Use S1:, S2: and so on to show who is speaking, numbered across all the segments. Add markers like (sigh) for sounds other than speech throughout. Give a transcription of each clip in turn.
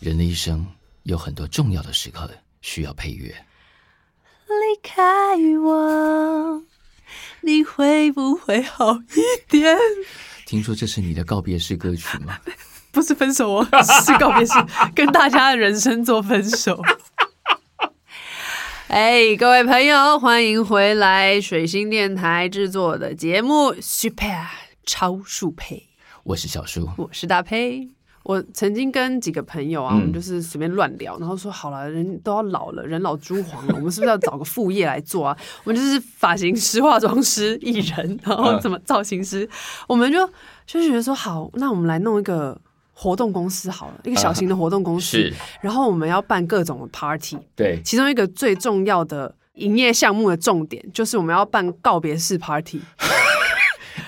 S1: 人的一生有很多重要的时刻需要配乐。
S2: 离开我，你会不会好一点？
S1: 听说这是你的告别式歌曲
S2: (laughs)
S1: 吗？
S2: 不是分手哦，是告别式，跟大家的人生做分手。哎，各位朋友，欢迎回来！水星电台制作的节目《Super 超速配》，
S1: 我是小叔，
S2: 我是大佩。我曾经跟几个朋友
S1: 嗯
S2: 啊，我们就是随便乱聊，然后说好了，人都要老了，人老珠黄了，我们是不是要找个副业来做啊？ (laughs) 我们就是发型师、化妆师、艺人，然
S1: 嗯
S2: 后怎么造型师，我们就就觉得说好，那我们来弄一个活动公司好了，一个小型的活动公司，
S1: 嗯是
S2: 然后我们要办各种的 party，
S1: 对，
S2: 其中一个最重要的营业项目的重点就是我们要办告别式 party，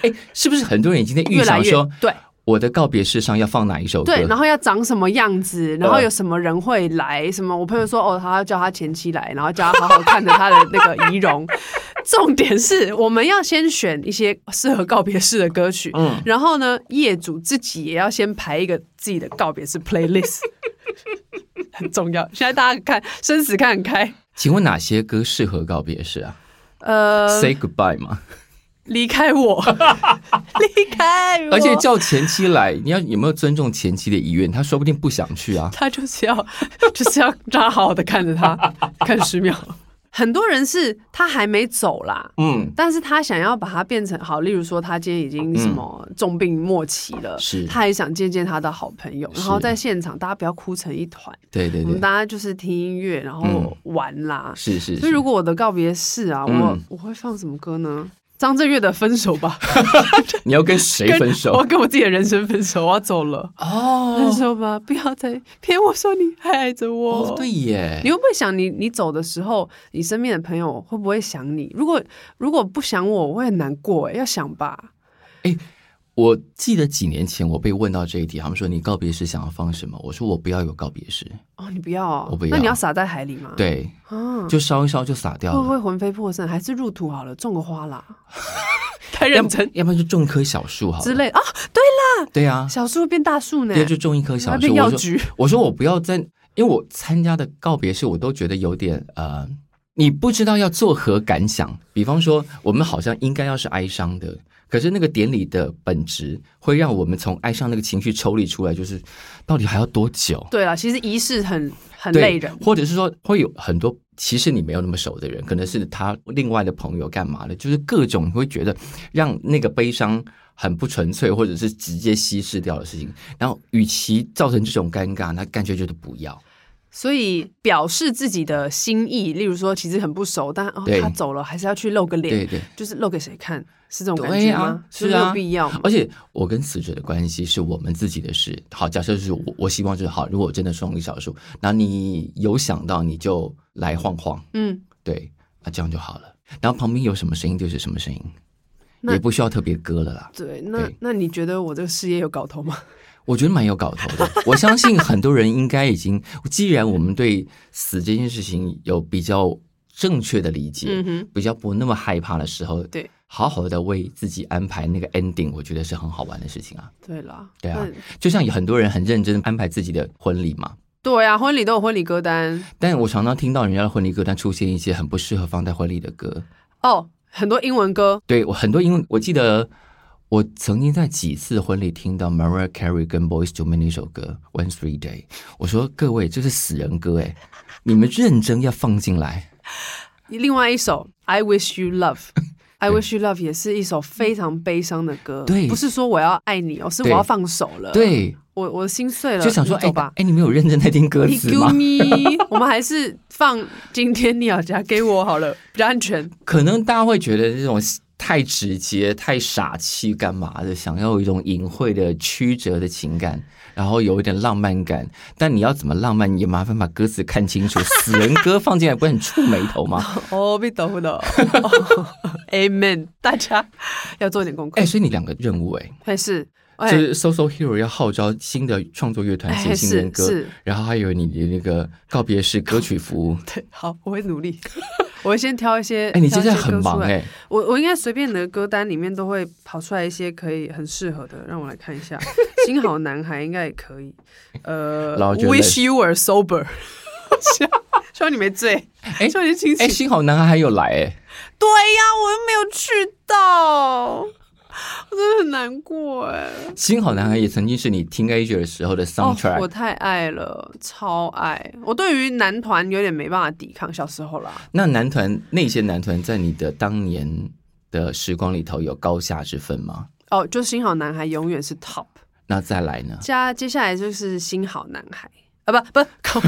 S1: 哎，是不是很多人已经在预
S2: 越来
S1: 想
S2: 越
S1: 说，
S2: 对
S1: 我的告别式上要放哪一首歌？
S2: 对，然后要长什么样子，
S1: 嗯
S2: 然后有什么人会来，什么我朋友说哦，他要叫他前妻来，然后叫他好好看着他的那个仪容。 (laughs) 重点是我们要先选一些适合告别式的歌曲，
S1: 嗯
S2: 然后呢，业主自己也要先排一个自己的告别式 playlist，很重要。现在大家看生死看很开，
S1: 请问哪些歌适合告别式啊、
S2: 呃，
S1: s a y Goodbye 嘛，
S2: 离开我， (laughs) 离开我。
S1: 而且叫前妻来，你要有没有尊重前妻的意愿？他说不定不想去啊。
S2: 他就是要，就是要让他好好的看着他，看十秒。很多人是他还没走啦，
S1: 嗯，
S2: 但是他想要把它变成好，例如说他今天已经什么重病末期了，
S1: 是
S2: 他也想见见他的好朋友，然后
S1: 是
S2: 在现场大家不要哭成一团，
S1: 对对
S2: 我们
S1: 对，
S2: 大家就是听音乐然后玩啦。
S1: 是是
S2: 所
S1: 是
S2: 以如。果我的告别式啊，我
S1: 嗯
S2: 我会放什么歌呢？张震岳的《分手吧》
S1: 你要跟谁
S2: 跟，
S1: 分
S2: 我
S1: 手
S2: 要？跟我自己的人生分手，我要走了。分
S1: 哦，
S2: 手吧，不要再骗我说你还爱着我。
S1: 哦，对耶
S2: 你，会不会想你你走的时候，你身边的朋友会不会想你？如果如果不想我，我会很难过哎，要想吧。
S1: 我记得几年前我被问到这一题，他们说你告别式想要放什么？我说我不要有告别式，
S2: 哦，你不要、哦，
S1: 我不
S2: 那你
S1: 要
S2: 要撒在海里吗？，
S1: 对，
S2: 啊，
S1: 就烧一烧就撒掉
S2: 会不
S1: 了，
S2: 会魂飞魄散？还是入土好了，种个
S1: (laughs)
S2: 花啦，太认真
S1: 要不然就种棵小树好了
S2: 之，类啊。对
S1: 对啊
S2: 了，，小树变大树呢
S1: 对，，就种一棵小
S2: 它
S1: 树。
S2: 变药
S1: 我说
S2: 局。
S1: 我说我不要再，因为我参加的告别式我都觉得有点呃，你不知道要作何感想。比方说，我们好像应该要是哀伤的。可是那个典礼的本质会让我们从哀伤那个情绪抽离出来，就是到底还要多久？
S2: 对了，其实仪式很很
S1: 对，
S2: 累人。
S1: 或者是说会有很多其实你没有那么熟的人，可能是他另外的朋友干嘛的，就是各种你会觉得让那个悲伤很不纯粹，或者是直接稀释掉的事情。然后，与其造成这种尴尬，那干脆就是不要。
S2: 所以表示自己的心意，例如说其实很不熟，但哦
S1: 对
S2: 他走了，还是要去露个脸
S1: 对，对。
S2: 就是露给谁看，是这种感
S1: 对
S2: 觉
S1: 啊
S2: 吗？，
S1: 是
S2: 没
S1: 啊，
S2: 有必要嘛。
S1: 而且我跟死者的关系是我们自己的事。好，假设是我，我希望就是好，如果我真的送一个小数，那你有想到你就来晃晃，
S2: 嗯，
S1: 对，啊，这样就好了。然后旁边有什么声音就是什么声音，
S2: 那
S1: 也不需要特别歌了啦。
S2: 对，那
S1: 对
S2: 那你觉得我这个事业有搞头吗？
S1: 我觉得蛮有搞头的。我相信很多人应该已经，既然我们对死这件事情有比较正确的理解，
S2: (laughs) 嗯哼，
S1: 比较不那么害怕的时候，
S2: 对，
S1: 好好的为自己安排那个 ending，我觉得是很好玩的事情啊。
S2: (laughs) 对啦，
S1: 对啊
S2: 那，
S1: 就像有很多人很认真地安排自己的婚礼嘛，
S2: 对啊，婚礼都有婚礼歌单
S1: 但我常常听到人家的婚礼歌单出现一些很不适合放在婚礼的歌。
S2: 哦，很多英文歌
S1: 对我很多英文，我记得我曾经在几次婚礼听到 Mariah Carey 跟 Boys to Men 那首歌《One Three Day》，我说各位这是死人歌哎，你们认真要放进来。
S2: 另外一首《I Wish You (laughs) Love》。I wish you love 也是一首非常悲伤的歌，
S1: 对
S2: 不是说我要爱你哦，是我
S1: 对
S2: 要放手了，，
S1: 对，
S2: 我我心碎了，
S1: 就想说
S2: 你
S1: 哎
S2: 走吧
S1: 哎，你们有认真在听歌
S2: e
S1: 词
S2: x u
S1: 吗？
S2: me，我 (laughs) 们还是放今天你要嫁给我好了，比较安全。
S1: 可能大家会觉得这种太直接、太傻气，干嘛的？想要有一种隐晦的、曲折的情感，然后有一点浪漫感。但你要怎么浪漫？你也麻烦把歌词看清楚。死人歌放进来不是很触眉头
S2: (laughs)
S1: 吗？
S2: 哦，被懂了 (laughs) ，Amen，大家要做一点功课
S1: 哎、。所以你两个任务哎、
S2: 还是
S1: 就
S2: 哎
S1: 是 Social Hero 要号召新的创作乐团
S2: 哎
S1: 写新人歌
S2: 是是，哦 (laughs)
S1: 然后还有你的那个告别式歌曲服务。
S2: 对，好，我会努力。 (laughs) 我会先挑一些。
S1: 哎，你现在
S2: 挑一些
S1: 很
S2: 歌出
S1: 忙
S2: 来
S1: 哎、
S2: 我我应该随便你的歌单里面都会跑出来一些可以很适合的，让我来看一下。心好男孩应该也可以，呃
S1: 老觉得
S2: ，Wish you were sober，希望你没醉，
S1: 哎
S2: 希望你清
S1: 哎，
S2: 醒。
S1: 幸好男孩还有来哎、
S2: 对呀、我又没有去到，我真的很难过哎。
S1: 幸好男孩也曾经是你听 A 的时候的
S2: 哦，
S1: soundtrack，、
S2: 我太爱了，超爱！我对于男团有点没办法抵抗，小时候啦。
S1: 那男团那些男团在你的当年的时光里头有高下之分吗？
S2: 哦，就新好男孩永远是 top，
S1: 那再来呢？
S2: 加接下来就是新好男孩啊，不不，靠。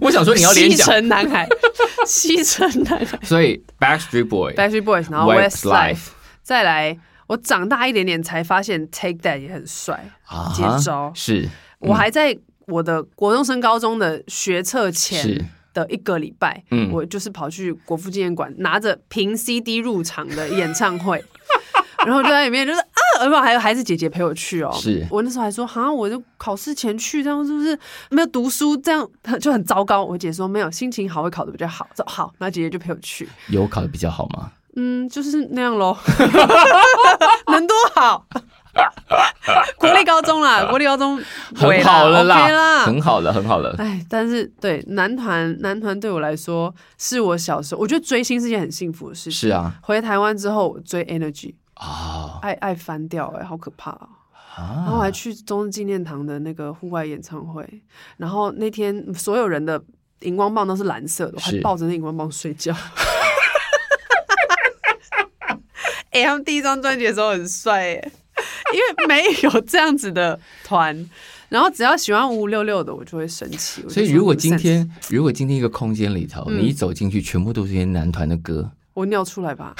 S1: 我想说 (laughs) 你要连
S2: 西
S1: 讲，
S2: 城男孩， (laughs) 西城男孩
S1: (laughs) 所以 Backstreet Boy、
S2: ，Backstreet Boys，然后
S1: Westlife
S2: Westlife，再来，我长大一点点才发现 Take That 也很帅。
S1: 啊
S2: 接招
S1: 是
S2: 我还在我的国中升高中的学
S1: 是
S2: 测前的一个礼拜，
S1: 嗯
S2: 我就是跑去国父纪念馆拿着凭 CD 入场的演唱
S1: (laughs)
S2: 会。然后就在里面就是啊，而且还有还是姐姐陪我去哦。
S1: 是
S2: 我那时候还说，哈，我就考试前去，这样是不是没有读书，这样就很糟糕。我姐说没有，心情好会考的比较好。我说好，然后姐姐就陪我去，
S1: 有考的比较好吗？
S2: 嗯，就是那样喽，
S1: (laughs)
S2: 能多好？国立高中啦，国立高中
S1: 很好了
S2: 啦
S1: 啦，
S2: ，OK 啦，
S1: 很好了，很好了。
S2: (laughs) 哎，但是对男团，男团对我来说是我小时候，我觉得追星是件很幸福的事情。
S1: 是啊，
S2: 回台湾之后，我追 Energy，
S1: 啊
S2: 爱爱翻掉、哎，好可怕、哦。然后我
S1: 啊
S2: 还去中正纪念堂的那个户外演唱会，然后那天嗯所有人的荧光棒都是蓝色的，我还
S1: 是
S2: 抱着那荧光棒睡觉。 (laughs) 哎、他们第一张专辑的时候很帅耶，因为没有这样子的团。然后只要喜欢五五六六的，我就会生气。我就
S1: 所以
S2: 说
S1: 如果
S2: 你们
S1: 今
S2: sense
S1: 天如果今天一个空间里头，
S2: 嗯
S1: 你一走进去，全部都是一些男团的歌，
S2: 我尿出来吧。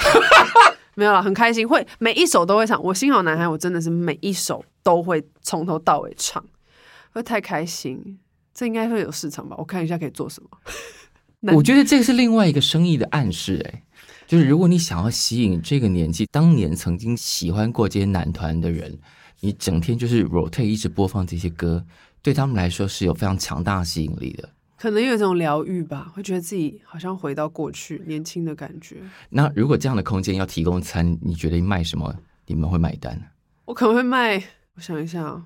S2: (laughs) 没有啦，很开心，会每一首都会唱。我心好男孩，我真的是每一首都会从头到尾唱，会太开心。这应该会有市场吧？我看一下可以做什么。男
S1: 我觉得这个是另外一个生意的暗示、哎，就是如果你想要吸引这个年纪当年曾经喜欢过这些男团的人，你整天就是 rotate 一直播放这些歌，对他们来说是有非常强大的吸引力的。
S2: 可能有一种疗愈吧，会觉得自己好像回到过去年轻的感觉。
S1: 那如果这样的空间要提供餐，你觉得卖什么？你们会买单？
S2: 我可能会卖，我想一下哦，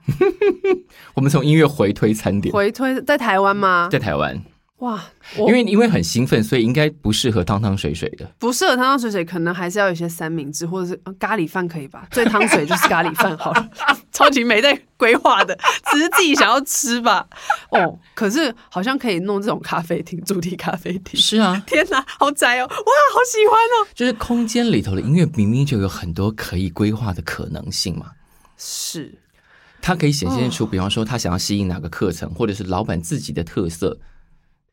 S1: 我们从音乐回推餐点，
S2: 回推在台湾吗？
S1: 在台湾，
S2: 哇，
S1: 因
S2: 我
S1: 为因为很兴奋，所以应该不适合汤汤水水的。
S2: 不适合汤汤水水，可能还是要有一些三明治或者是呃咖喱饭可以吧？最汤水就是咖喱饭好了， (laughs) 超级没在规划的，只是自己想要吃吧。哦，可是好像可以弄这种咖啡厅，主题咖啡厅。 (laughs)
S1: 是啊，
S2: 天哪，好宅哦！哇，好喜欢哦。
S1: (laughs) 就是空间里头的音乐明明就有很多可以规划的可能性嘛。
S2: 是，
S1: 它可以显
S2: 哦
S1: 现出，比方说他想要吸引哪个课程，或者是老板自己的特色。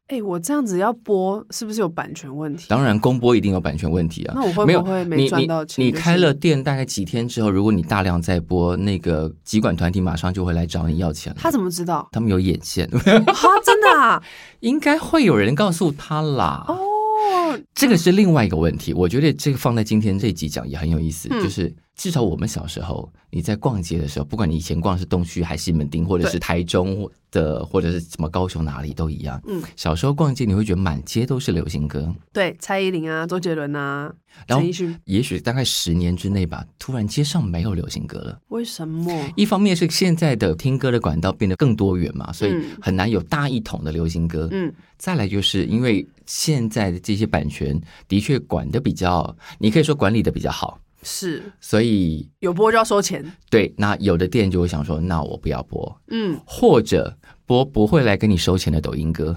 S2: 哎、我这样子要播，是不是有版权问题？
S1: 当然，公播一定有版权问题啊。
S2: 那我会
S1: 没有
S2: 不会没
S1: 你
S2: 赚到钱
S1: 你？你
S2: 就是
S1: 开了店大概几天之后，如果你大量在播，那个集管团体马上就会来找你要钱了。
S2: 他怎么知道？
S1: 他们有眼线， (laughs)
S2: 啊，真的啊！
S1: 应该会有人告诉他啦。
S2: 哦，
S1: 这个是另外一个问题，我觉得这个放在今天这集讲也很有意思，
S2: 嗯
S1: 就是至少我们小时候你在逛街的时候，不管你以前逛的是东区还是西门町，或者是
S2: 对
S1: 台中的，或者是什么高雄哪里都一样。
S2: 嗯
S1: 小时候逛街，你会觉得满街都是流行歌，
S2: 对，蔡依林啊，周杰伦啊，
S1: 然后
S2: 陈奕迅，
S1: 也许大概十年之内吧，突然街上没有流行歌了。
S2: 为什么？
S1: 一方面是现在的听歌的管道变得更多元嘛，所以
S2: 嗯
S1: 很难有大一统的流行歌。
S2: 嗯，
S1: 再来就是因为现在的这些版权的确管的比较，你可以说管理的比较好，
S2: 是
S1: 所以
S2: 有播就要收钱。
S1: 对，那有的店就会想说，那我不要播，
S2: 嗯，
S1: 或者播不会来跟你收钱的抖音歌，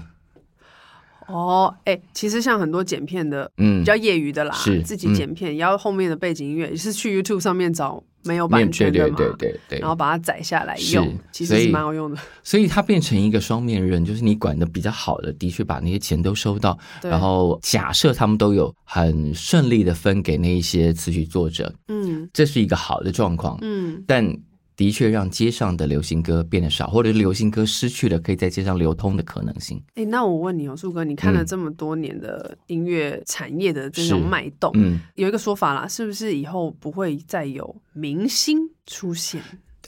S2: 哦，哎、其实像很多剪片的，比
S1: 嗯，
S2: 较业余的啦，
S1: 是嗯
S2: 自己剪片，然后后面的背景音乐也是去 YouTube 上面找没有版
S1: 面
S2: 权
S1: 对对
S2: 的嘛，
S1: 对对对
S2: 然，后把它载下来
S1: 是
S2: 用，其实
S1: 所
S2: 是
S1: 以
S2: 蛮好用的。
S1: 所以它变成一个双面刃，就是你管的比较好的，的确把那些钱都收到，
S2: 对
S1: 然后假设他们都有很顺利的分给那一些词曲作者，
S2: 嗯
S1: 这是一个好的状况，
S2: 嗯，
S1: 但。的确让街上的流行歌变得少，或者流行歌失去了可以在街上流通的可能性。
S2: 哎、那我问你哦，树哥，你看了
S1: 嗯
S2: 这么多年的音乐产业的这种
S1: 是
S2: 脉动，
S1: 嗯，
S2: 有一个说法啦，是不是以后不会再有明星出现？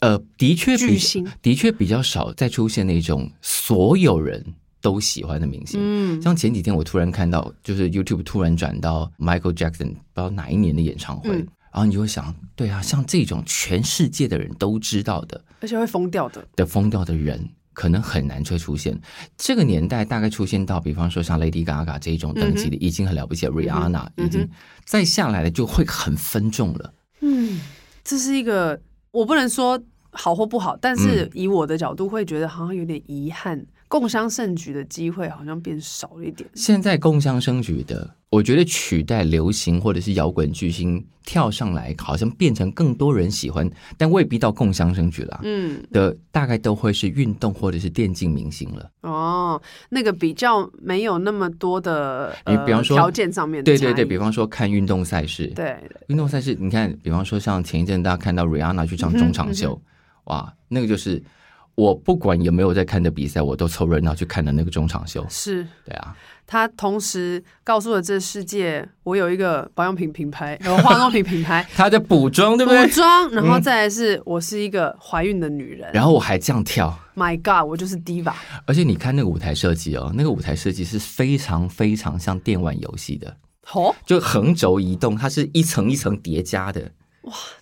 S1: 呃，的确比
S2: 巨星
S1: 的确比较少再出现那种所有人都喜欢的明星。
S2: 嗯，
S1: 像前几天我突然看到，就是 YouTube 突然转到 Michael Jackson 不知道哪一年的演唱会，
S2: 嗯
S1: 然后你就会想，对啊，像这种全世界的人都知道的
S2: 而且会疯掉的。
S1: 的疯掉的人，可能很难会出现。这个年代大概出现到，比方说像 Lady Gaga 这一种等级的，已经很了不起了，Rihanna
S2: 嗯嗯哼
S1: 已经再下来的就会很分众了。
S2: 嗯，这是一个我不能说好或不好，但
S1: 嗯
S2: 是以我的角度会觉得好像有点遗憾，共襄盛举的机会好像变少了一点。
S1: 现在共襄盛举的，我觉得取代流行或者是摇滚巨星跳上来，好像变成更多人喜欢，但未必到共襄盛举啦。
S2: 嗯，
S1: 的大概都会是运动或者是电竞明星了。
S2: 哦，那个比较没有那么多的，
S1: 你
S2: 呃
S1: 比方说
S2: 条件上面的
S1: 对
S2: 差
S1: 对对，
S2: 异
S1: 比方说看运动赛事，
S2: 对，
S1: 运动赛事，你
S2: 嗯
S1: 看，比方说像前一阵大家看到 Rihanna 去唱中场秀，哇，那个就是我不管有没有在看的比赛，我都凑热闹去看的那个中场秀。
S2: 是
S1: 对啊，，
S2: 他同时告诉了这世界，我有一个保养品品牌，然后化妆品品牌
S1: 她在补妆，对不
S2: 服
S1: 对？
S2: 装，然后再来是我是一个怀孕的女人
S1: 然后我还这样跳，
S2: ，My God，我就是 diva，
S1: 而且你看那个舞台设计哦，那个舞台设计是非常非常像电玩游戏的，
S2: 哦，
S1: 就横轴移动，它是一层一层叠加的。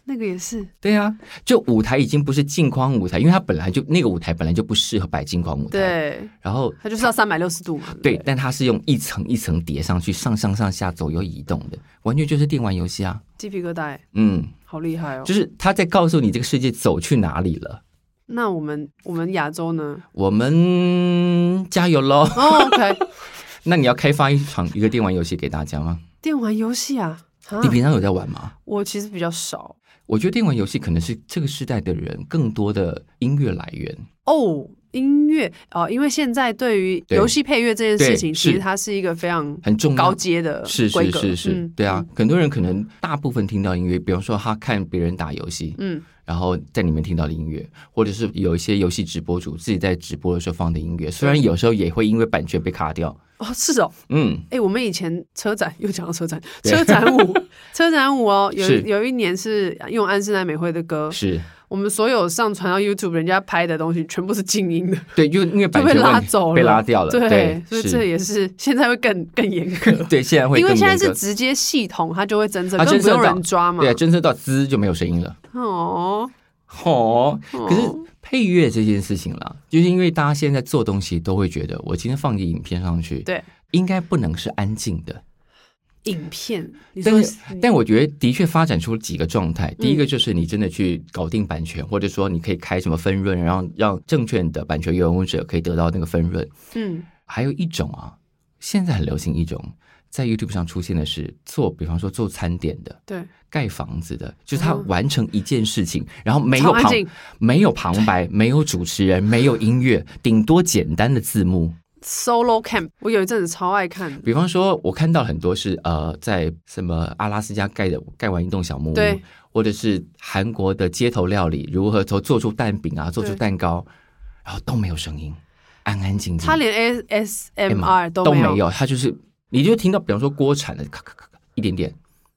S2: 那个也是，
S1: 对啊，就舞台已经不是镜框舞台，因为它本来就那个舞台本来就不适合摆镜框舞台。。
S2: 对，
S1: 然后
S2: 它就是要三百六十度嘛，不
S1: 对，，但它是用一层一层叠上去，上上上下左右移动的，完全就是电玩游戏啊。
S2: 鸡皮疙瘩，
S1: 嗯，
S2: 好厉害哦
S1: 就。是它在告诉你这个世界走去哪里了。
S2: 那我们我们亚
S1: (laughs)
S2: 洲呢？
S1: 我们加油喽！
S2: 哦，OK，
S1: (laughs) 那你要开发一场一个电玩游戏给大家吗？
S2: 电玩游戏啊，啊
S1: 你平常有在玩吗？
S2: 我其实比较少
S1: 我觉得电玩游戏可能是这个时代的人更多的音乐来源。
S2: 哦。音乐啊、哦因为现在对于
S1: 对
S2: 游戏配乐这件事情，
S1: 对
S2: 其实
S1: 是
S2: 它是一个非常
S1: 很重要
S2: 高阶的
S1: 是
S2: 规
S1: 是
S2: 格，
S1: 是是
S2: 嗯，
S1: 对啊，，很多人可能大部分听到音乐，比方说他看别人打游戏，
S2: 嗯，
S1: 然后在里面听到的音乐，或者是有一些游戏直播主自己在直播的时候放的音乐，虽然有时候也会因为版权被卡掉，
S2: 哦，是哦，
S1: 嗯，
S2: 哎、我们以前车展又讲到车展，
S1: 对
S2: 车展
S1: (laughs)
S2: 舞，车展舞哦，有
S1: 是
S2: 有一年是用安室奈美惠的歌，
S1: 是
S2: 我们所有上传到 YouTube 人家拍的东西全部是静音的，
S1: 对，因为因为
S2: 就
S1: 版
S2: 被
S1: 权
S2: 拉
S1: 问题
S2: 走了，
S1: 被拉掉了，对，
S2: 所以
S1: 是
S2: 这也是现在会更更严格，
S1: (laughs) 对，现在会
S2: 因为
S1: 更
S2: 现在
S1: 严
S2: 是
S1: 格，
S2: 直接系统，它就会侦测，
S1: 它
S2: 根
S1: 侦
S2: 本不
S1: 测
S2: 用
S1: 到
S2: 人抓嘛
S1: 对，。侦测到滋就没有声音了，
S2: 哦，
S1: 哦，
S2: 可
S1: 可是配乐这件事情啦，就是因为大家现在做东西都会觉得，我今天放个影片上去，
S2: 对，
S1: 应该不能是安静的。
S2: 影片，你说嗯
S1: 但是，但我觉得的确发展出几个状态。第一个就是你真的去搞定版权，或者说你可以开什么分润，然后让证券的版权拥有者可以得到那个分润。
S2: 嗯，
S1: 还有一种啊，现在很流行一种在 YouTube 上出现的是做，比方说做餐点的、
S2: 对，
S1: 盖房子的，就是他
S2: 嗯
S1: 完成一件事情，然后没
S2: 超
S1: 有
S2: 安
S1: 旁
S2: 静
S1: 没有旁白，没有主持人，没有音乐，顶多简单的字幕。
S2: solo camp，我有一阵子超爱看的，
S1: 比方说，我看到很多是呃，在什么阿拉斯加盖的盖完一栋小木屋
S2: 对，
S1: 或者是韩国的街头料理如何从做出蛋饼啊，做出
S2: 对
S1: 蛋糕，然后都没有声音，安安静静，
S2: 他连 ASMR
S1: 嗯都
S2: 没
S1: 没有，他就是你就听到，比方说锅铲的咔咔咔咔一点点，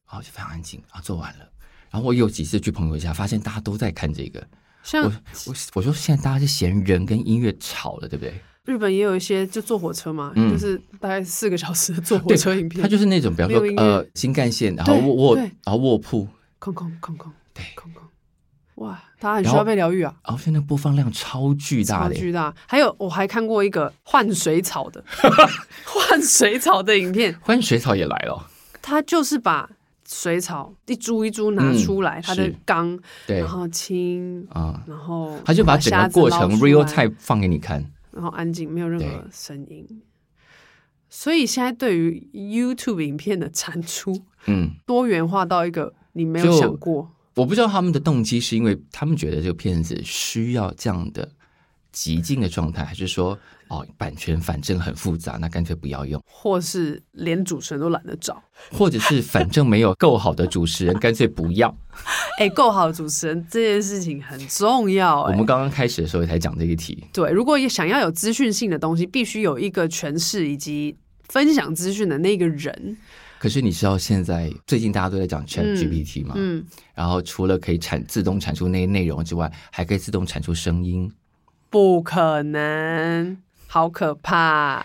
S1: 然后就非常安静，啊，做完了。然后我有几次去朋友家，发现大家都在看这个，
S2: 像
S1: 我我我说现在大家是嫌人跟音乐吵了，对不对？
S2: 日本也有一些就坐火车嘛，
S1: 嗯
S2: 就是大概四个小时的坐火
S1: 对
S2: 车影片，
S1: 他就是那种，比方说
S2: 没有音乐
S1: 呃新干线，然后
S2: 对
S1: 卧卧
S2: 对
S1: 然后卧铺，
S2: 空空空空，
S1: 对
S2: 空空，哇，他很需
S1: 然后
S2: 要被疗愈啊。
S1: 然哦后现在播放量超巨大
S2: 超
S1: 的耶，
S2: 巨大！还有，我还看过一个换水草
S1: (laughs)
S2: 的换水草的影片，
S1: 欢迎水草也来了，
S2: 他就是把水草一株一株拿出来，
S1: 嗯
S2: 它的
S1: 是
S2: 缸，
S1: 对
S2: 然
S1: 啊、
S2: 后清，然后
S1: 他就把整个
S2: 虾子
S1: 过
S2: 捞
S1: 程
S2: 出
S1: real
S2: 来
S1: time 放给你看，
S2: 然后安静，没有任
S1: 对
S2: 何声音。所以现在对于 YouTube 影片的产出
S1: 嗯。
S2: 多元化到一个你没有
S1: 就
S2: 想过，
S1: 我不知道他们的动机是因为他们觉得这个片子需要这样的极静的状态，还是说哦版权反正很复杂，那干脆不要
S2: (laughs)
S1: 用，
S2: 或是连主持人都懒得找。
S1: 或者是反正没有够好的主持人，干脆不
S2: (laughs)
S1: 要。
S2: 哎、够好的主持人这件事情很重要、
S1: 我
S2: 哎
S1: 们刚刚开始的时候才讲这个题，
S2: 对，如果也想要有资讯性的东西，必须有一个诠释以及分享资讯的那个人。
S1: 可是你知道现在最近大家都在讲 Chat GPT 嘛，
S2: 嗯，
S1: 然后除了可以产自动产出那些内容之外，还可以自动产出声音。
S2: 不可能，好可怕！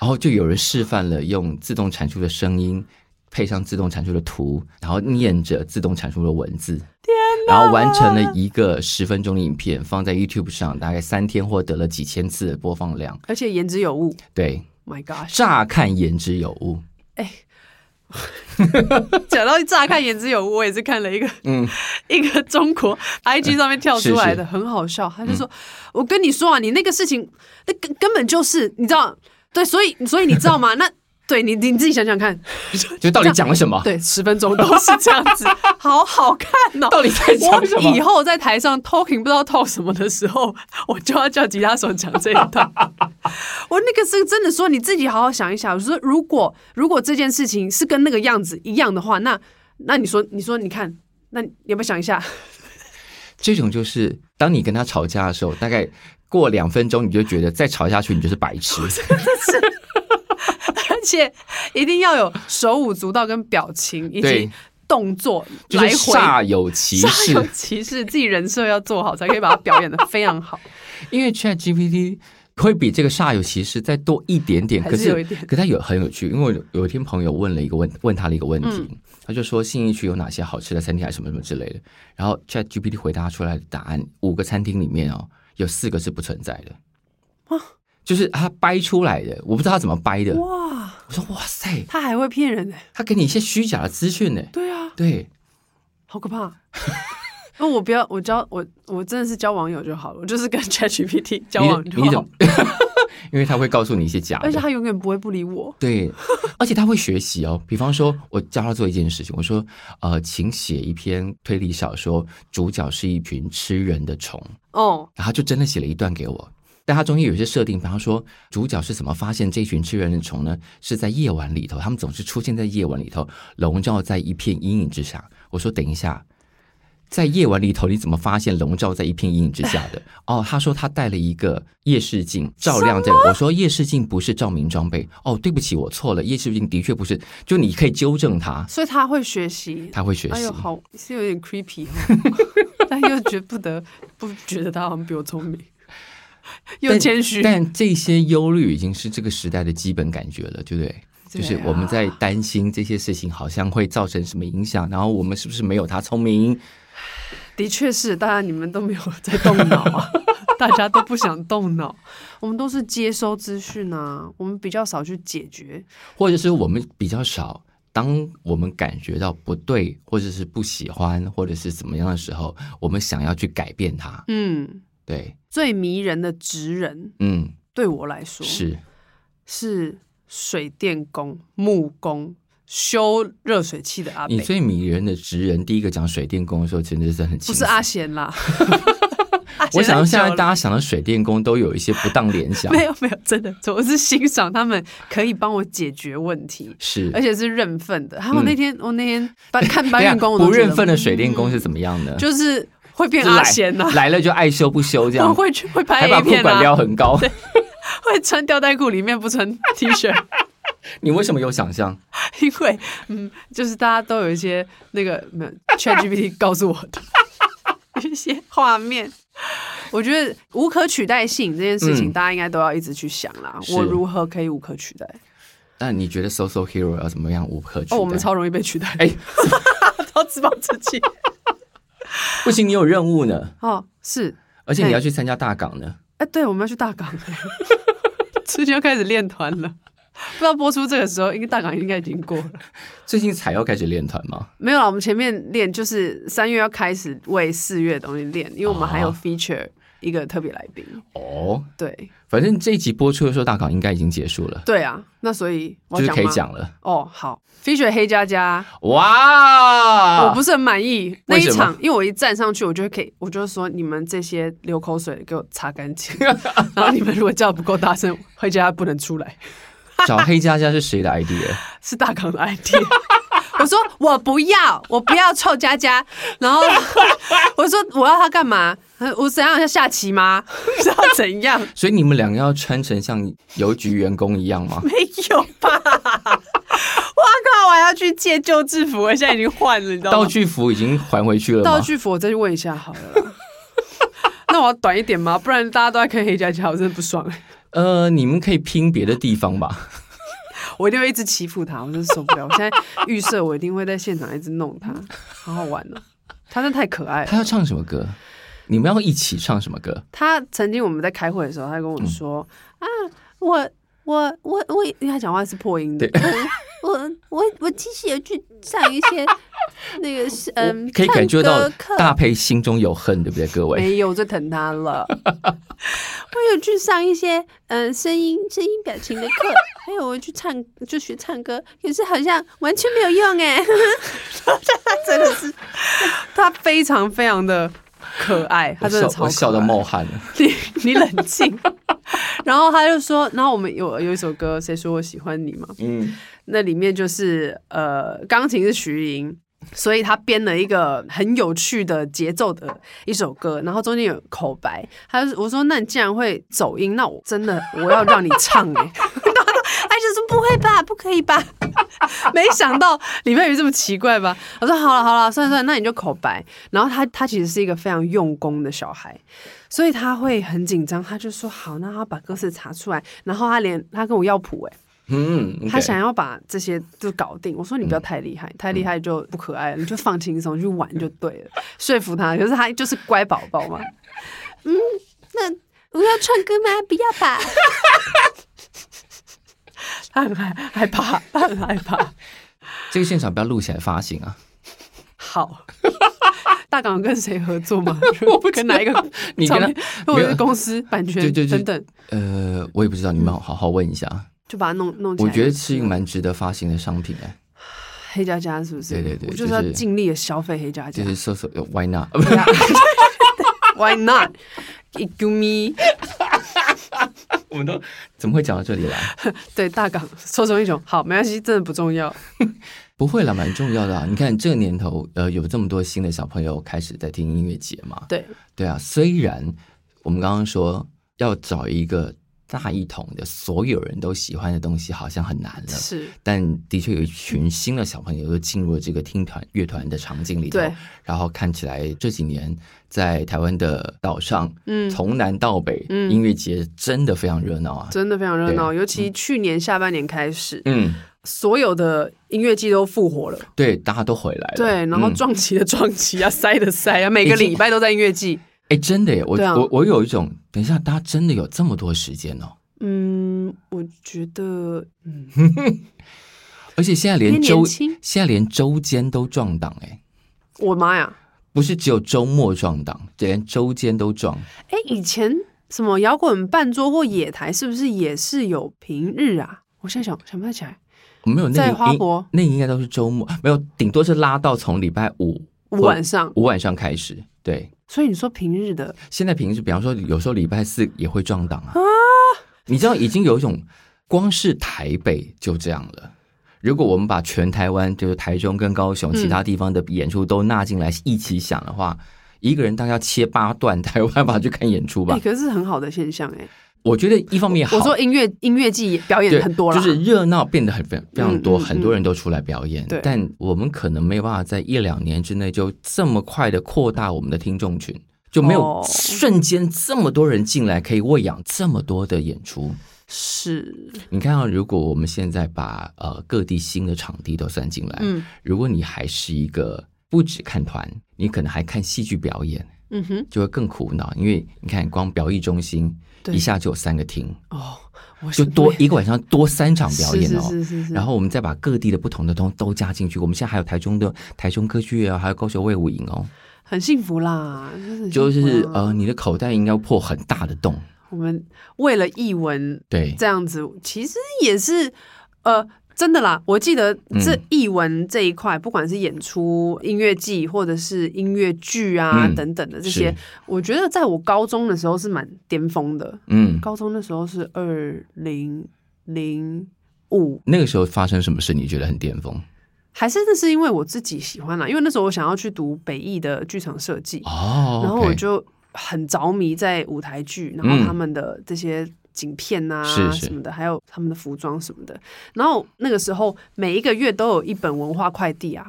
S1: 然后就有人示范了用自动产出的声音配上自动产出的图，然后念着自动产出的文字，
S2: 天
S1: 然后完成了一个十分钟的影片，放在 YouTube 上，大概三天获得了几千次的播放量。
S2: 而且言之有物
S1: 对，
S2: ，My gosh！
S1: 乍看言之有
S2: (laughs)
S1: 物，
S2: 讲到乍看言之有物，我也是看了一个，
S1: 嗯
S2: (laughs) 一个中国 IG 上面跳出来的，
S1: 是嗯
S2: 很好笑。他就说：“我跟你说啊，你那个事情，那根根本就是你知道，对，所以所以你知道吗？那对你你自己想想看，
S1: 就到底讲了什么？
S2: 对，十分钟都是这样
S1: (laughs)
S2: 子，好好看哦。
S1: 到底在讲什
S2: 我以
S1: 么？
S2: 后在台上 talking 不知道 talk 什么的时候，我就要叫吉他手讲这一
S1: (laughs)
S2: 段。我那个是真的说，你自己好好想一想。我说，如果如果这件事情是跟那个样子一样的话，那那你说，你说，你看，那你要不要想一下？ (laughs)
S1: 这种就是当你跟他吵架的时候，大概过两分钟，你就觉得再吵下去你就是白
S2: (laughs)
S1: 痴。
S2: 而且一定要有手舞足蹈跟表情以及
S1: 对
S2: 动作
S1: 就是
S2: 来回。
S1: 煞有其
S2: 煞
S1: 事
S2: 有，其事，自己人设要做好，才可以把它表演的非常好。
S1: 因为 Chat GPT 会比这个煞有其事再多一点点，
S2: 还
S1: 可
S2: 是
S1: 是
S2: 有一点
S1: 可它有很有趣，因为我有有一天朋友问了一个问问他了一个问题，
S2: 嗯
S1: 他就说信义区有哪些好吃的餐厅，还是什么什么之类的，然后 Chat GPT 回答出来的答案，五个餐厅里面哦，有四个是不存在的，就是他掰出来的，我不知道他怎么掰的。
S2: 哇，
S1: 我说 (laughs) 哇塞，
S2: 他还会骗人呢、
S1: 他给你一些虚假的资讯呢，
S2: 对啊，
S1: 对，
S2: 好可怕。 (laughs) 那我不要，我交我我真的是交网友就好了，我就是跟 (laughs) ChatGPT 交往
S1: 你
S2: 就
S1: 你怎
S2: 好
S1: 么，？ (laughs) 因为他会告诉你一些假的，
S2: 而且他永远不会不理我。
S1: 对，而且他会学习哦。比方说，我教他做一件事情，我说：“呃，请写一篇推理小说，主角是一群吃人的虫。
S2: 哦”，
S1: 然后他就真的写了一段给我。但他中间有一些设定，比方说主角是怎么发现这群吃人的虫呢？是在夜晚里头，他们总是出现在夜晚里头，笼罩在一片阴影之下。我说：“等一下。”在夜晚里头，你怎么发现笼罩在一片阴影之下的？ (laughs) 哦，他说他带了一个夜视镜照亮这个。我说夜视镜不是照明装备。哦，对不起，我错了，夜视镜的确不是。就你可以纠正他，
S2: 所以他会学习。
S1: 他会学习。
S2: 哎呦，好是有点 creepy，哦 (laughs) 但又觉不得不觉得他好像比我聪明，又
S1: 但
S2: 谦虚。
S1: 但这些忧虑已经是这个时代的基本感觉了，对不对？
S2: 对啊
S1: 就是我们在担心这些事情好像会造成什么影响，然后我们是不是没有他聪明？
S2: 的确是，当然你们都没有在动脑啊， (laughs) 大家都不想动脑，我们都是接收资讯啊，我们比较少去解决。
S1: 或者是我们比较少，当我们感觉到不对，或者是不喜欢，或者是怎么样的时候，我们想要去改变它。
S2: 嗯，
S1: 对，
S2: 最迷人的职人
S1: 嗯，
S2: 对我来说
S1: 是
S2: 是水电工、木工、修热水器的阿
S1: 你
S2: 北，
S1: 最迷人的职人。第一个讲水电工的时候，真的是很
S2: 不
S1: 轻
S2: (laughs) 是啊
S1: 松。
S2: 阿贤啦。
S1: (laughs)
S2: 阿贤
S1: 我想现在
S2: 久了
S1: 大家想到水电工都有一些不当联想，
S2: (laughs) 没有没有，真的，我是欣赏他们可以帮我解决问题，
S1: 是
S2: 而。且是认份的。还有那天、我那天
S1: (laughs)
S2: 搬看搬
S1: 对啊
S2: 运工，我都
S1: 不
S2: 觉得嗯
S1: 认份的水电工是怎么样的？
S2: 就是会变
S1: 是
S2: (laughs) 阿
S1: 来
S2: 贤呐、
S1: 来了就爱修不修这
S2: 我
S1: 样，
S2: 会去会拍
S1: 还把
S2: A
S1: 裤
S2: 片
S1: 管
S2: 啊
S1: 撩，很高。
S2: 会穿吊带裤里面不穿 T 恤，
S1: (laughs) 你为什么有想象？
S2: 因为嗯，就是大家都有一些那个没有 ChatGPT 告诉我的有一些画面。我觉得无可取代性这件事情，
S1: 嗯
S2: 大家应该都要一直去想啦。
S1: 是
S2: 我如何可以无可取代？
S1: 那你觉得 social hero 要怎么样无可取代？
S2: 哦，我们超容易被取
S1: (laughs)
S2: 代，
S1: 哎，
S2: 超自暴自弃。
S1: 不行，你有任务呢，
S2: 哦，是，
S1: 而且你要去参加大港呢。
S2: 哎，对，我们要去大港了， (laughs) 最近要开始练团了。不知道播出这个时候，应该大港应该已经过了。
S1: 最近才要开始练团吗？
S2: 没有啦，我们前面练就是三月要开始为四月的东西练，因为我们还有
S1: 啊
S2: feature 一个特别来宾。
S1: 哦，
S2: 对
S1: 反正这一集播出的时候，大港应该已经结束了，
S2: 对啊，那所以我
S1: 就是
S2: 要
S1: 可以
S2: 吗
S1: 讲了。
S2: 哦。好，feature 黑佳佳，
S1: 哇，
S2: 我不是很满意那
S1: 啊为
S2: 一
S1: 什么
S2: 场，因为我一站上去，我就可以，我就说你们这些流口水的给我擦干净， (laughs) 然后你们如果叫得不够大声，黑佳佳不能出来，
S1: 找黑佳佳是谁的 idea？
S2: 是大港的 idea。我 (laughs) 说我不要，我不要臭佳佳。然后 (laughs) 我说我要他干嘛？呃我怎样要下棋吗？是要怎样？
S1: 所以你们两个要穿成像邮局员工一样吗？
S2: 没有吧？ (laughs) 哇靠！我还要去借旧制服，我现在已经换了，你知道
S1: 道
S2: 吗？
S1: 具服已经还回去了吗？
S2: 道具服我再去问一下好了啦。 (laughs) 那我要短一点吗？不然大家都在看黑加加，我真的不爽。
S1: 呃，你们可以拼别的地方吧。
S2: 我一定会一直欺负他，我真的受不了。我现在预设我一定会在现场一直弄他，好好玩哦。他真的太可爱了。
S1: 他要唱什么歌？你们要一起唱什么歌？
S2: 他曾经我们在开会的时候，他跟我说、啊，我我我我，因为他讲话是破音的，我我我其实有去上一些那个是嗯，
S1: 可以感觉到
S2: 唱歌课哎
S1: 大佩心中有恨，对不对，各位？
S2: 没有，我最疼他了。我有去上一些嗯、呃声音、声音表情的课， (laughs) 还有我去唱就学唱歌，可是好像完全没有用哎。真的是，他非常非常的可爱，他
S1: 我
S2: 真的
S1: 笑，
S2: 超
S1: 我笑
S2: 可
S1: 得
S2: 爱。
S1: 冒汗了。
S2: 你你冷静。然后他就说，然后我们有有一首歌，谁说我喜欢你嘛？
S1: 嗯，
S2: 那里面就是呃，钢琴是徐莹，所以他编了一个很有趣的节奏的一首歌，然后中间有口白，他就我说那你既然会走音，那我真的我要让你唱哎、欸。 (laughs) 他就说不会吧，不可以吧？ (laughs) 没想到李佩瑜这么奇怪吧？我说好了好了，算了算了，那你就口白。然后他他其实是一个非常用功的小孩，所以他会很紧张。他就说好，那他把歌词查出来，然后他连他跟我要谱哎、
S1: 嗯，OK，
S2: 他想要把这些就搞定。我说
S1: 嗯
S2: 你不要太厉害，太厉害就不可爱了，你就放轻松去玩就对了。说服他，可是他就是乖宝宝
S1: (laughs)
S2: 嘛。嗯， (laughs) 那我要唱歌吗？不要吧。他很害害怕，他很害怕。
S1: 这个现场不要录起来发行啊！ (laughs)
S2: 好，大港跟谁合作吗？我不跟哪一个 (laughs)
S1: 你
S2: 唱
S1: 跟他
S2: 片，或
S1: 没有
S2: 者是公司版权
S1: 对对对
S2: 等等，
S1: 呃，我也不知道，你们好好问一下。
S2: 就把它弄弄嗯起
S1: 我
S2: 来。
S1: 觉得是一个蛮值得发行的商品哎、
S2: 黑加加是不是？
S1: 对对对
S2: 我就是
S1: 就
S2: 要
S1: 是
S2: 尽力的消费黑加加
S1: 就。是搜索呃 Why not？
S2: Why not? It do me
S1: 我们都怎么会讲到这里来？
S2: 对大港抽中一种好，没关系，真的不重要。
S1: 不会啦，蛮重要的啊！你看这个年头，呃，有这么多新的小朋友开始在听音乐节嘛？
S2: 对，
S1: 对啊，虽然我们刚刚说要找一个大一统的所有人都喜欢的东西，好像很难了。
S2: 是
S1: 但的确有一群新的小朋友又进入了这个听团乐团的场景里头
S2: 对，
S1: 然后看起来这几年在台湾的岛上，
S2: 嗯
S1: 从南到北，音乐节真的非常热闹啊，
S2: 真的非常热闹，尤其去年下半年开始，
S1: 嗯，
S2: 所有的音乐季都复活了。
S1: 对，大家都回来了，
S2: 对，然后
S1: 嗯
S2: 撞期的撞期啊，塞的塞啊，每个礼拜都在音乐季。
S1: 哎、真的耶，我、
S2: 对啊
S1: 我我有一种，等一下，大家真的有这么多时间哦，
S2: 嗯，我觉得，嗯，
S1: 而且现在连
S2: 偏
S1: 周
S2: 年轻
S1: 现在连周间都撞档哎，
S2: 我妈呀，
S1: 不是只有周末撞档，连周间都撞，
S2: 哎，以前什么摇滚半桌或野台，是不是也是有平日啊？我现在想想不太起来，
S1: 我没有那
S2: 在
S1: 个
S2: 花
S1: 应
S2: 博
S1: 那个应该都是周末，没有，顶多是拉到从礼拜五或
S2: 晚上。
S1: 五晚上开始。对，
S2: 所以你说平日的
S1: 现在平时比方说有时候礼拜四也会撞档啊，你知道已经有一种光是台北就这样了。如果我们把全台湾，就是台中跟高
S2: 嗯
S1: 雄其他地方的演出都纳进来一起想的话，一个人大概要切八段台湾吧去看演出吧
S2: 哎、。可是是很好的现象哎、
S1: 我觉得一方面好，
S2: 我说音乐音乐季表
S1: 对
S2: 演很多啦，
S1: 就是热闹变得很非非常多，
S2: 嗯嗯
S1: 很多人都出来表演。
S2: 对
S1: 但我们可能没有办法在一两年之内就这么快的扩大我们的听众群，就没有
S2: 哦
S1: 瞬间这么多人进来可以喂养这么多的演出。
S2: 是
S1: 你看啊，如果我们现在把呃各地新的场地都算进来，
S2: 嗯
S1: 如果你还是一个不只看团，你可能还看戏剧表演，
S2: 嗯哼
S1: 就会更苦恼，因为你看光表艺中心
S2: 对
S1: 一下就有三个厅，
S2: 哦，我
S1: 就多一个晚上多三场表演哦。
S2: 是是是是是，
S1: 然后我们再把各地的不同的东都加进去。我们现在还有台中的台中歌剧院啊，还有高雄卫武营哦，
S2: 很幸福啦，真的很
S1: 就
S2: 幸福
S1: 是
S2: 啦
S1: 呃，你的口袋应该破很大的洞。
S2: 我们为了译文
S1: 对，
S2: 这样子，其实也是呃。真的啦，我记得
S1: 嗯
S2: 这译文这一块，不管是演出、音乐季，或者是音乐剧啊、
S1: 嗯
S2: 等等的这
S1: 是
S2: 些，我觉得在我高中的时候是蛮巅峰的。
S1: 嗯，
S2: 高中那时候是二零零五，
S1: 那个时候发生什么事？你觉得很巅峰
S2: 还是那是因为我自己喜欢啦，因为那时候我想要去读北艺的剧场设计，
S1: 哦？
S2: 然后我
S1: OK 嗯
S2: 就很着迷在舞台剧，然后他们的这些。景片啊
S1: 是是
S2: 什么的，还有他们的服装什么的。然后那个时候每一个月都有一本文化快递啊，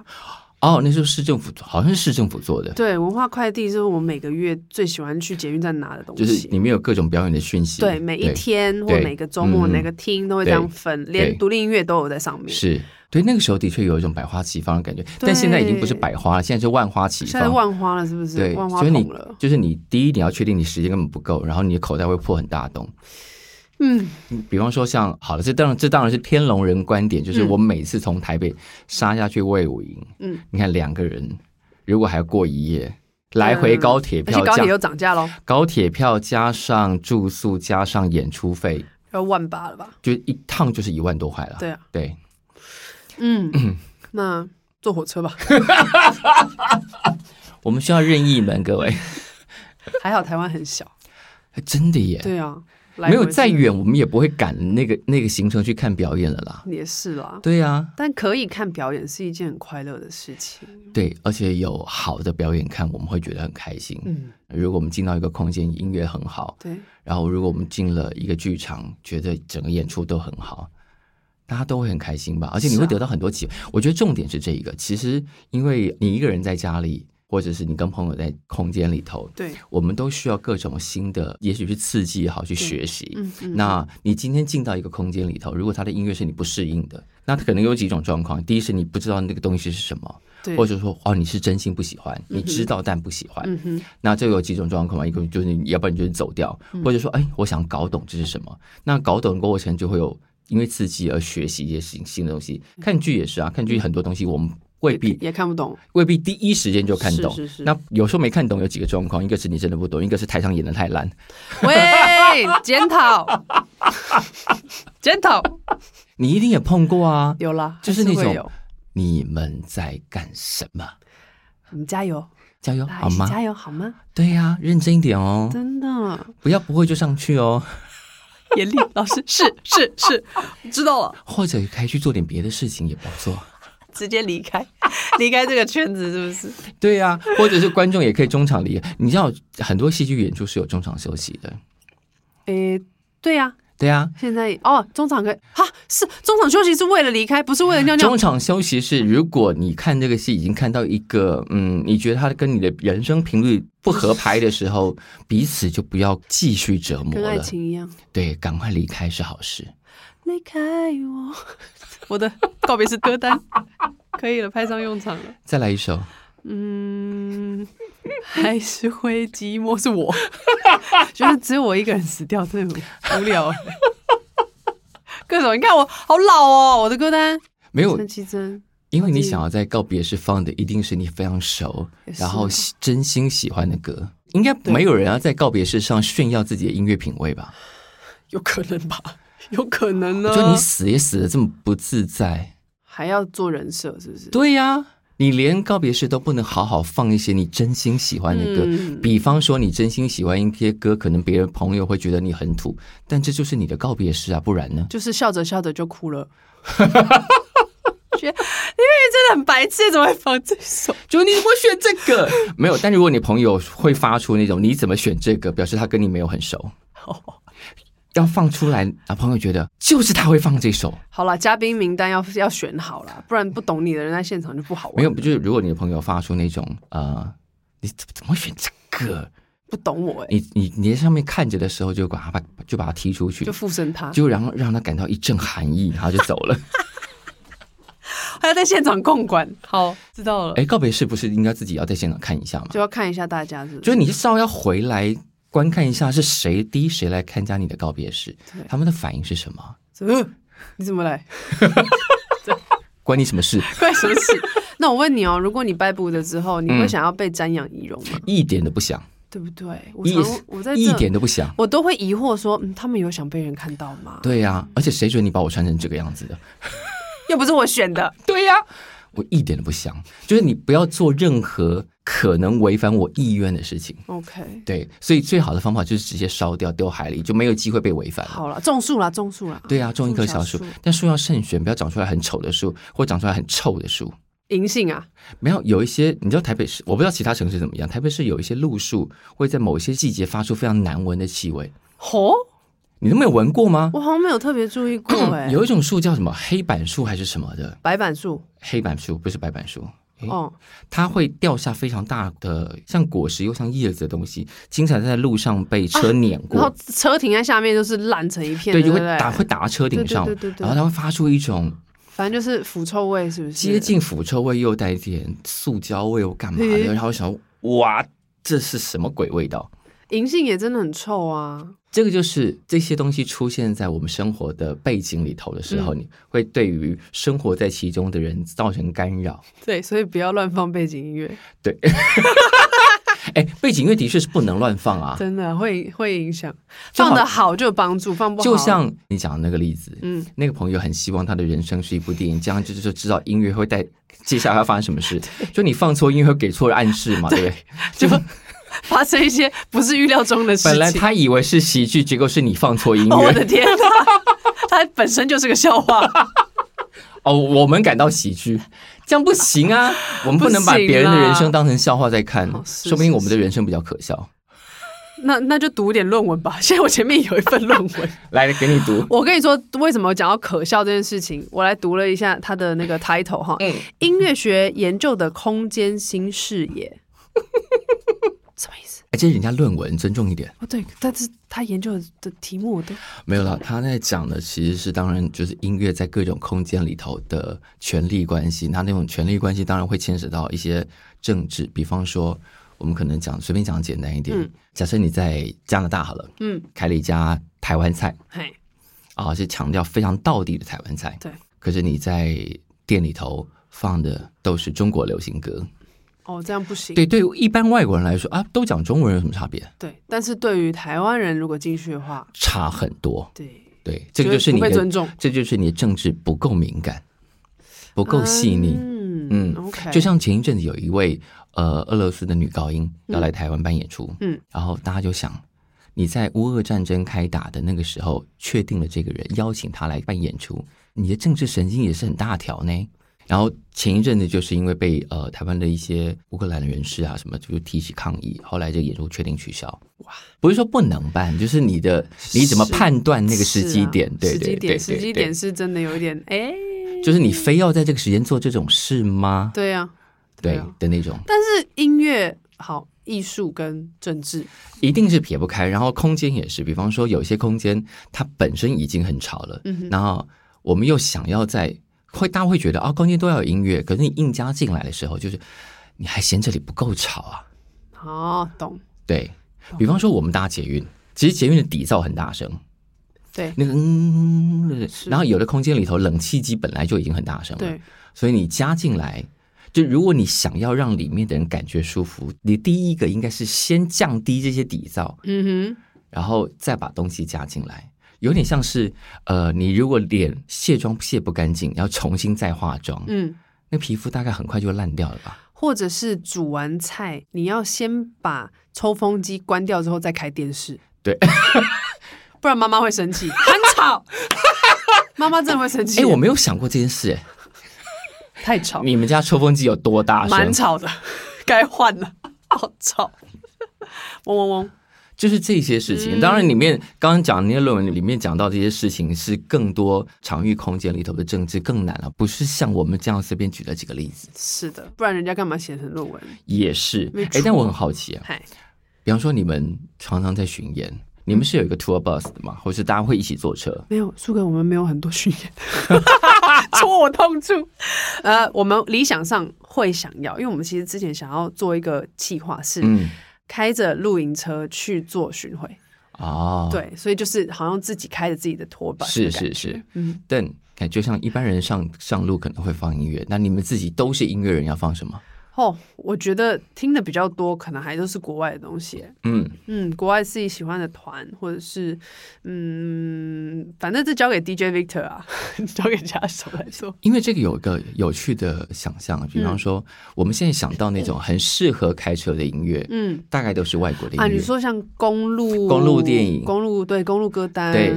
S1: 哦，那时候市政府好像是市政府做的，
S2: 对，文化快递是我每个月最喜欢去捷运站拿的东西。
S1: 就是里面有各种表演的讯息，
S2: 对，每一天或
S1: 对
S2: 每个周末
S1: 嗯
S2: 哪个厅都会这样
S1: 对
S2: 分，
S1: 对
S2: 连独立音乐都有在上面。
S1: 是对那个时候的确有一种百花齐放的感觉，但现在已经不是百花了，现在是万花齐
S2: 现在
S1: 放。
S2: 万花了，是不是
S1: 对？，
S2: 万花
S1: 所以
S2: 筒
S1: 你
S2: 了。
S1: 就是你，第一你要确定你时间根本不够，然后你的口袋会破很大的洞。
S2: 嗯，
S1: 比方说像好了，这当然这当然是天龙人观点，就是
S2: 嗯
S1: 我每次从台北杀下去魏武营，
S2: 嗯，
S1: 你看两个人如果还要过一夜，来回高铁
S2: 嗯而且
S1: 票
S2: 高
S1: 加、
S2: 铁又涨
S1: (laughs)
S2: 价喽，
S1: 高铁票加上住宿加上演出费，
S2: 要万八了吧？
S1: 就一趟就是一万多块了。
S2: 对啊，
S1: 对，
S2: 嗯，那坐火车吧，
S1: 我们需要任意门，各位，
S2: (laughs) 还好台湾很小。
S1: 哎真的耶，
S2: 对啊，来
S1: 没有
S2: 回
S1: 再
S2: 是
S1: 远我们也不会赶那个那个行程去看表演了啦。
S2: 也是啦。
S1: 对啊呀、
S2: 但可以看表演是一件很快乐的事情。
S1: 对，而且有好的表演看，我们会觉得很开心。
S2: 嗯，
S1: 如果我们进到一个空间，音乐很好，
S2: 对，
S1: 然后如果我们进了一个剧场，觉得整个演出都很好，大家都会很开心吧？而且你
S2: 是啊
S1: 会得到很多启，我觉得重点是这一个。其实，因为你一个人在家里，或者是你跟朋友在空间里头，
S2: 对，
S1: 我们都需要各种新的，也许是刺激也好，去学习。
S2: 嗯嗯，
S1: 那你今天进到一个空间里头，如果它的音乐是你不适应的，那可能有几种状况：第一是你不知道那个东西是什么，
S2: 对，
S1: 或者说哦你是真心不喜欢，你知道但不喜欢。
S2: 嗯哼，
S1: 那这有几种状况嘛？一个就是你要不然你就是走掉，
S2: 嗯
S1: 或者说哎我想搞懂这是什么。那搞懂的过程就会有因为刺激而学习一些新新的东西。看剧也是啊，
S2: 嗯
S1: 看剧很多东西我们未必
S2: 也看不懂，
S1: 未必第一时间就看懂。
S2: 是是是
S1: 那有时候没看懂有几个状况，一个是你真的不懂，一个是台上演的太烂。 (laughs)
S2: 喂，检讨， (laughs) 检讨，
S1: 你一定也碰过啊，
S2: 有啦，
S1: 就是
S2: 还
S1: 那
S2: 会
S1: 种
S2: 有
S1: 你们在干什么？
S2: 我们加油，
S1: 加油
S2: 大
S1: 好
S2: 家一起
S1: 吗？
S2: 哎加油好吗？
S1: 对呀、认真一点哦，
S2: 真的，
S1: (laughs) 不要不会就上去哦，
S2: 严厉老师是是是，知道了，
S1: 或者可以去做点别的事情也不错。
S2: 直接离开， (laughs) 离开这个圈子是不
S1: (laughs)
S2: 是？
S1: 对呀、或者是观众也可以中场离。你知道很多戏剧演出是有中场休息的，
S2: 诶，对呀、
S1: 对呀、
S2: 现在哦，中场可以哈，是中场休息是为了离开，不是为了尿尿
S1: 中。场休息是，如果你看这个戏已经看到一个，嗯，你觉得它跟你的人生频率不合拍的时候，彼此就不要继续折磨
S2: 跟爱
S1: 了。
S2: 情一样，
S1: 对，赶快离开是好事。
S2: 离开我， (laughs) 我的告别式歌单可以了，派上用场了。
S1: 再来一首，
S2: 嗯，还是会寂寞，是 (laughs) 我，觉得只有我一个人死掉，真的很无聊。各种，你看我好老哦，我的歌单，
S1: (laughs) 没有
S2: 陈绮贞，
S1: 因为你想要在告别式放的一定是你非常熟，
S2: 也是
S1: 然后喜真心喜欢的歌，应该没有人要在告别式上炫耀自己的音乐品味吧？
S2: 有可能吧？有可能呢
S1: 我觉得你死也死的这么不自在，
S2: 还要做人设，是不是？
S1: 对呀、你连告别式都不能好好放一些你真心喜欢的歌，
S2: 嗯
S1: 比方说你真心喜欢一些歌，可能别人朋友会觉得你很土，但这就是你的告别式啊，不然呢？
S2: 就是笑着笑着就哭 (laughs) 了。觉得因为真的很白痴，怎么会放这首？
S1: 就你怎么选这个？
S2: (laughs)
S1: 没有，但如果你朋友会发出那种你怎么选这个，表示他跟你没有很熟。要放出来，啊，朋友觉得就是他会放这首，
S2: 好啦，嘉宾名单要要选好啦，不然不懂你的人在现场就不好玩。
S1: 没有，就是如果你的朋友发出那种呃，你怎么怎么会选这个？
S2: 不懂我哎、
S1: 你你你在上面看着的时候，就把他把就把他踢出去
S2: 就，附身他，
S1: 就然后让他感到一阵寒意，然后就走
S2: (laughs)
S1: 了。
S2: 还要在现场共管。好，知道了，
S1: 哎，告别式不是应该自己要在现场看一下吗？
S2: 就要看一下大家是不是
S1: 就是你稍微要回来观看一下是谁第一谁来参加你的告别式
S2: 对，
S1: 他们的反应是什么？
S2: 呃你怎么来？ (laughs)
S1: 关你什么事？
S2: 关你什么事？那我问你哦，如果你拜布的之后，你会
S1: 嗯
S2: 想要被瞻仰仪容吗？
S1: 一点都不想，
S2: 对不对？我
S1: 一
S2: 常我在这
S1: 一点都不想。
S2: 我都会疑惑说，嗯，他们有想被人看到吗？
S1: 对呀、而且谁准你把我穿成这个样子的？
S2: 又不是我选的，
S1: 对呀、我一点都不想，就是你不要做任何可能违反我意愿的事情。
S2: OK，
S1: 对，所以最好的方法就是直接烧掉，丢海里，就没有机会被违反了。
S2: 好了，种树啦，种树啦，
S1: 对呀、种一棵小树
S2: 树，，
S1: 但树要慎选，不要长出来很丑的树，或长出来很臭的树。
S2: 银杏啊，
S1: 没有，有一些你知道台北市，我不知道其他城市怎么样。台北市有一些路树会在某些季节发出非常难闻的气味，
S2: 吼，
S1: 你都没有闻过吗？
S2: 我好像没有特别注
S1: 嗯
S2: 意过哎、
S1: 有一种树叫什么黑板树还是什么的，
S2: 白板树
S1: 黑板树不是白板树，诶
S2: 哦，
S1: 它会掉下非常大的像果实又像叶子的东西，经常在路上被车碾过，
S2: 然后车停在下面就是烂成一片，
S1: 对，
S2: 哦对
S1: 就
S2: 不
S1: 会
S2: 对，
S1: 打会打到车顶上，
S2: 对对对对对
S1: 然后它会发出一种
S2: 反正就是腐臭味，是不是？
S1: 接近腐臭味，又带一点塑胶味，又干嘛的？
S2: 嗯
S1: 然后想，哇，这是什么鬼味道？
S2: 银杏也真的很臭啊，
S1: 这个就是这些东西出现在我们生活的背景里头的时
S2: 嗯
S1: 候，你会对于生活在其中的人造成干扰。
S2: 对，所以不要乱放背景音乐，
S1: 哎，背景音乐的确是不能乱放啊，
S2: 真的会会影响。
S1: 就好
S2: 放的好就有帮助，放不好
S1: 就像你讲的那个例子，
S2: 嗯，
S1: 那个朋友很希望他的人生是一部电影，这样就就知道音乐会带接下来要发生什么
S2: (laughs)
S1: 事。就你放错音乐会给错暗示嘛，对不对？就
S2: 发生一些不是预料中的事情。
S1: 本来他以为是喜剧，结果是你放错
S2: (laughs)
S1: 音
S2: 哦我的
S1: 乐。(laughs)
S2: 天哪，它本身就是个笑话，
S1: 哦，我们感到喜剧，这样不行
S2: (laughs)
S1: 啊！我们不能把
S2: 不行啊
S1: 别人的人生当成笑话在看
S2: 哦，是
S1: 说不定
S2: 是
S1: 我们的人生比较可笑。
S2: 那那就读点论文吧。现在我前面有一份论文，
S1: 来，给你
S2: (laughs)
S1: 读。
S2: 我跟你说为什么我讲到可笑这件事情，我来读了一下它的那个 title 哈，
S1: 嗯
S2: 音乐学研究的空间新视野， (laughs) 什么意思？
S1: 哎，这是人家论文，尊重一点。
S2: 哦，对，但是他研究的题目我都
S1: 没有啦，他在讲的其实是当然就是音乐在各种空间里头的权力关系。那那种权力关系当然会牵扯到一些政治，比方说我们可能讲随便讲简单一点，
S2: 嗯
S1: 假设你在加拿大好了，
S2: 嗯，
S1: 开了一家台湾菜
S2: 嘿，
S1: 啊，是强调非常道地的台湾菜，
S2: 对，
S1: 可是你在店里头放的都是中国流行歌，
S2: 哦，这样不行。
S1: 对对，一般外国人来说啊，都讲中文有什么差别？
S2: 对，但是对于台湾人如果进去的话，
S1: 差很多，
S2: 对，
S1: 对，这个就是你
S2: 不被
S1: 的
S2: 尊重，
S1: 这就是你的政治不够敏感，不够细腻。
S2: 嗯
S1: 嗯
S2: ，OK，
S1: 就像前一阵子有一位呃俄罗斯的女高音要来台湾办演出，
S2: 嗯，
S1: 然后大家就想，你在乌俄战争开打的那个时候确定了这个人，邀请他来办演出，你的政治神经也是很大条呢。然后前一阵子就是因为被呃台湾的一些乌克兰的人士啊什么就提起抗议，后来这个演出确定取消。哇，不是说不能办，就是你的你怎么
S2: 是
S1: 判断那个时
S2: 是
S1: 机
S2: 啊
S1: 点？对
S2: 时
S1: 对
S2: 机
S1: 对，
S2: 点，时
S1: 对
S2: 机
S1: 对
S2: 点是真的有一点，哎，
S1: 就是你非要在这个时间做这种事吗？
S2: 对呀，
S1: 对
S2: 啊
S1: 的那种，
S2: 但是音乐好，艺术跟政治，
S1: 一定是撇不开。然后空间也是，比方说有些空间它本身已经很吵了，
S2: 嗯哼
S1: 然后我们又想要在会大家会觉得啊，空间都要有音乐，可是你硬加进来的时候，就是你还嫌这里不够吵啊？
S2: 好懂，
S1: 对
S2: 哦
S1: 比方说我们搭捷运，其实捷运的底噪很大声，
S2: 对
S1: 那个嗯，对对
S2: 是
S1: 然后有的空间里头冷气机本来就已经很大声了，
S2: 对，
S1: 所以你加进来，就如果你想要让里面的人感觉舒服，你第一个应该是先降低这些底噪，
S2: 嗯
S1: 然后再把东西加进来。有点像是，呃，你如果脸卸妆卸不干净，要重新再化妆，
S2: 哼，嗯。
S1: 那皮肤大概很快就烂掉了吧？
S2: 或者是煮完菜，你要先把抽风机关掉之后再开电视，
S1: 对，
S2: (laughs) 不然妈妈会生气，很
S1: (laughs)
S2: 吵。妈妈真的会生气，
S1: 哎，我没有想过这件事，哎，
S2: 太吵，
S1: 你们家抽风机有多大
S2: 哦蛮
S1: 声？
S2: 吵的， (laughs) 该换了，好吵。嗡嗡嗡，
S1: 就是这些事
S2: 嗯
S1: 情。当然，里面刚刚讲的那些论文里面讲到这些事情，是更多场域空间里头的政治更难了，不是像我们这样随便举了几个例子。
S2: 是的，不然人家干嘛写成论文？
S1: 也是
S2: 没，
S1: 哎，
S2: 错
S1: 但我很好奇啊，
S2: 嗨，
S1: 比方说你们常常在巡演，你们是有一个 tour bus 的吗？或是大家会一起坐车？
S2: 没有，苏哥，我们没有很多训练，
S1: (laughs)
S2: 戳我痛处。呃，我们理想上会想要，因为我们其实之前想要做一个计划是。
S1: 嗯，
S2: 开着露营车去做巡回，
S1: 哦，，
S2: 对，所以就是好像自己开着自己的拖把，
S1: 是是是，
S2: 嗯，
S1: 但感觉像一般人上上路可能会放音乐，那你们自己都是音乐人，要放什么？
S2: 哦，我觉得听的比较多，可能还都是国外的东西，
S1: 嗯，
S2: 嗯，国外自己喜欢的团，或者是嗯，反正这交给 DJ Victor 啊， (laughs) 交给家手来做，
S1: 因为这个有一个有趣的想
S2: 嗯
S1: 象，啊比方说我们现在想到那种很适合开车的音乐，
S2: 嗯。
S1: 大概都是外国的音乐。
S2: 啊，你说像公路、
S1: 公路电影
S2: 公路对公路歌单，
S1: 对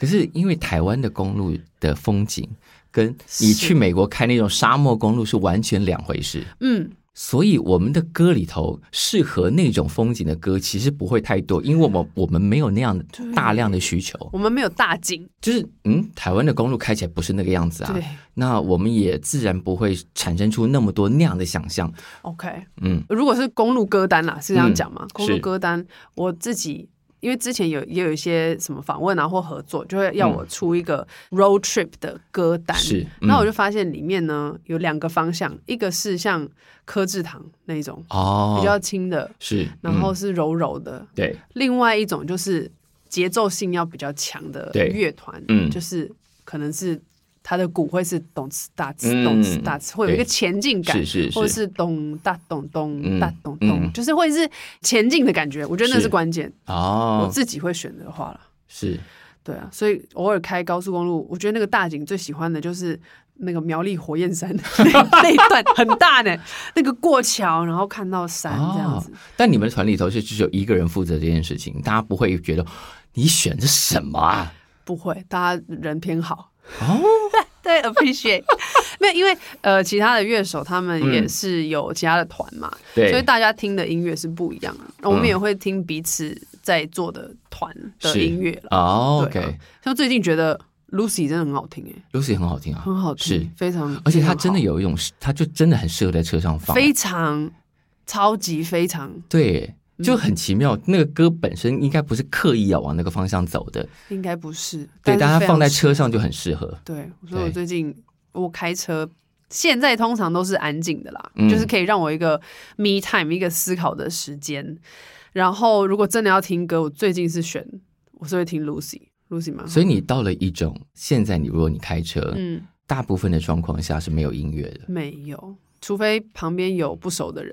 S1: 可是因为台湾的公路的风景跟你
S2: 是
S1: 去美国开那种沙漠公路是完全两回事。
S2: 嗯，
S1: 所以我们的歌里头适合那种风景的歌其实不会太多，因为我们我们没有那样的大量的需求。
S2: 我们没有大景，
S1: 就是嗯，台湾的公路开起来不是那个样子啊
S2: 对，
S1: 那我们也自然不会产生出那么多那样的想象。
S2: ，OK。
S1: 嗯
S2: 如果是公路歌单啦，啊是这样
S1: 嗯
S2: 讲吗？公路
S1: 是
S2: 歌单，我自己因为之前有也有一些什么访问啊或合作，就会要我出一个 road trip 的歌单。
S1: 嗯是嗯
S2: 那我就发现里面呢有两个方向，一个是像柯志堂那种
S1: 哦，
S2: 比较轻的，
S1: 是，
S2: 然后
S1: 嗯、
S2: 是柔柔的；
S1: 对
S2: 另外一种就是节奏性要比较强的
S1: 对
S2: 乐团，
S1: 嗯
S2: 就是可能是它的鼓会是咚哧大哧
S1: 嗯
S2: 咚哧大哧，会有一个前进感，
S1: 是是是
S2: 或者是咚哒咚咚
S1: 嗯
S2: 哒咚咚，
S1: 嗯
S2: 就是会是前进的感觉。我觉得那是
S1: 是
S2: 关键，我
S1: 哦，
S2: 自己会选择的话了。
S1: 是
S2: 对啊，所以偶尔开高速公路，我觉得那个大景最喜欢的就是那个苗栗火焰山那 (laughs) 那一段很大呢，那个过桥然后看到山这样子
S1: 哦。但你们团里头是只有一个人负责这件事情，大家不会觉得你选的什么啊？
S2: 不会，大家人偏好。
S1: 哦，
S2: (laughs) 对，appreciate。没有， (laughs) 因为呃，其他的乐手他们也
S1: 嗯
S2: 是有其他的团嘛，
S1: 对
S2: 所以大家听的音乐是不一样的。我们
S1: 嗯
S2: 也会听彼此在做的团的
S1: 是
S2: 音乐了。
S1: 哦
S2: 对啊
S1: ，OK，Lucy、
S2: 像最近觉得 Lucy 真的很好听，哎，
S1: 很好听啊，
S2: 很好听，
S1: 是，
S2: 非常，
S1: 而且
S2: 非
S1: 它
S2: 常
S1: 真的
S2: 好
S1: 有一种，它就真的很适合在车上放，
S2: 非常超级非常，
S1: 对，
S2: 嗯
S1: 就很奇妙。那个歌本身应该不是刻意要往那个方向走的，
S2: 应该不是
S1: 对，大
S2: 但是
S1: 家
S2: 非
S1: 放在
S2: 常
S1: 车上就很适合。
S2: 对，所以我
S1: 对
S2: 最近我开车，现在通常都是安静的啦，
S1: 嗯
S2: 就是可以让我一个 me time 一个思考的时间。然后如果真的要听歌，我最近是选我是会听 Lucy Lucy 吗？
S1: 所以你到了一种现在，你如果你开车，
S2: 嗯，
S1: 大部分的状况下是没有音乐的。
S2: 没有，除非旁边有不熟的人，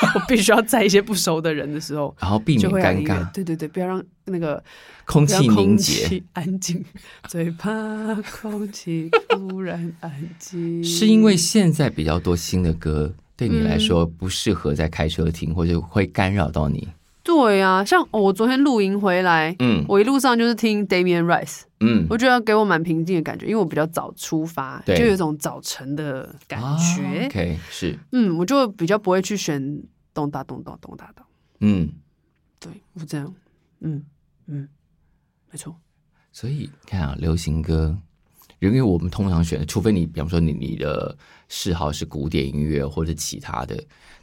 S2: (laughs) 我必须要在一些不熟的人的时候。
S1: 然后 (laughs) 避免
S2: 就会有
S1: 尴
S2: 音乐
S1: 尬，
S2: 对对对，不要让那个
S1: 空
S2: 不要
S1: 气
S2: 空
S1: 凝结，
S2: 气安静， (laughs) 最怕空气突然安
S1: (laughs)
S2: 静。
S1: 是因为现在比较多新的歌对你来
S2: 嗯
S1: 说不适合在开车听，或者会干扰到你。
S2: 对啊，像、哦我昨天露营回来，
S1: 嗯
S2: 我一路上就是听 Damian Rice，
S1: 嗯
S2: 我觉得给我蛮平静的感觉，因为我比较早出发，就
S1: 对啊
S2: 有一种早晨的感觉。
S1: o k 是
S2: 嗯，我就比较不会去选咚哒咚咚咚哒咚，
S1: 嗯，
S2: 对我这样，嗯嗯，没错，
S1: 所以你看啊，流行歌，因为我们通常选，除非你比方说你你的嗜好是古典音乐或者其他的，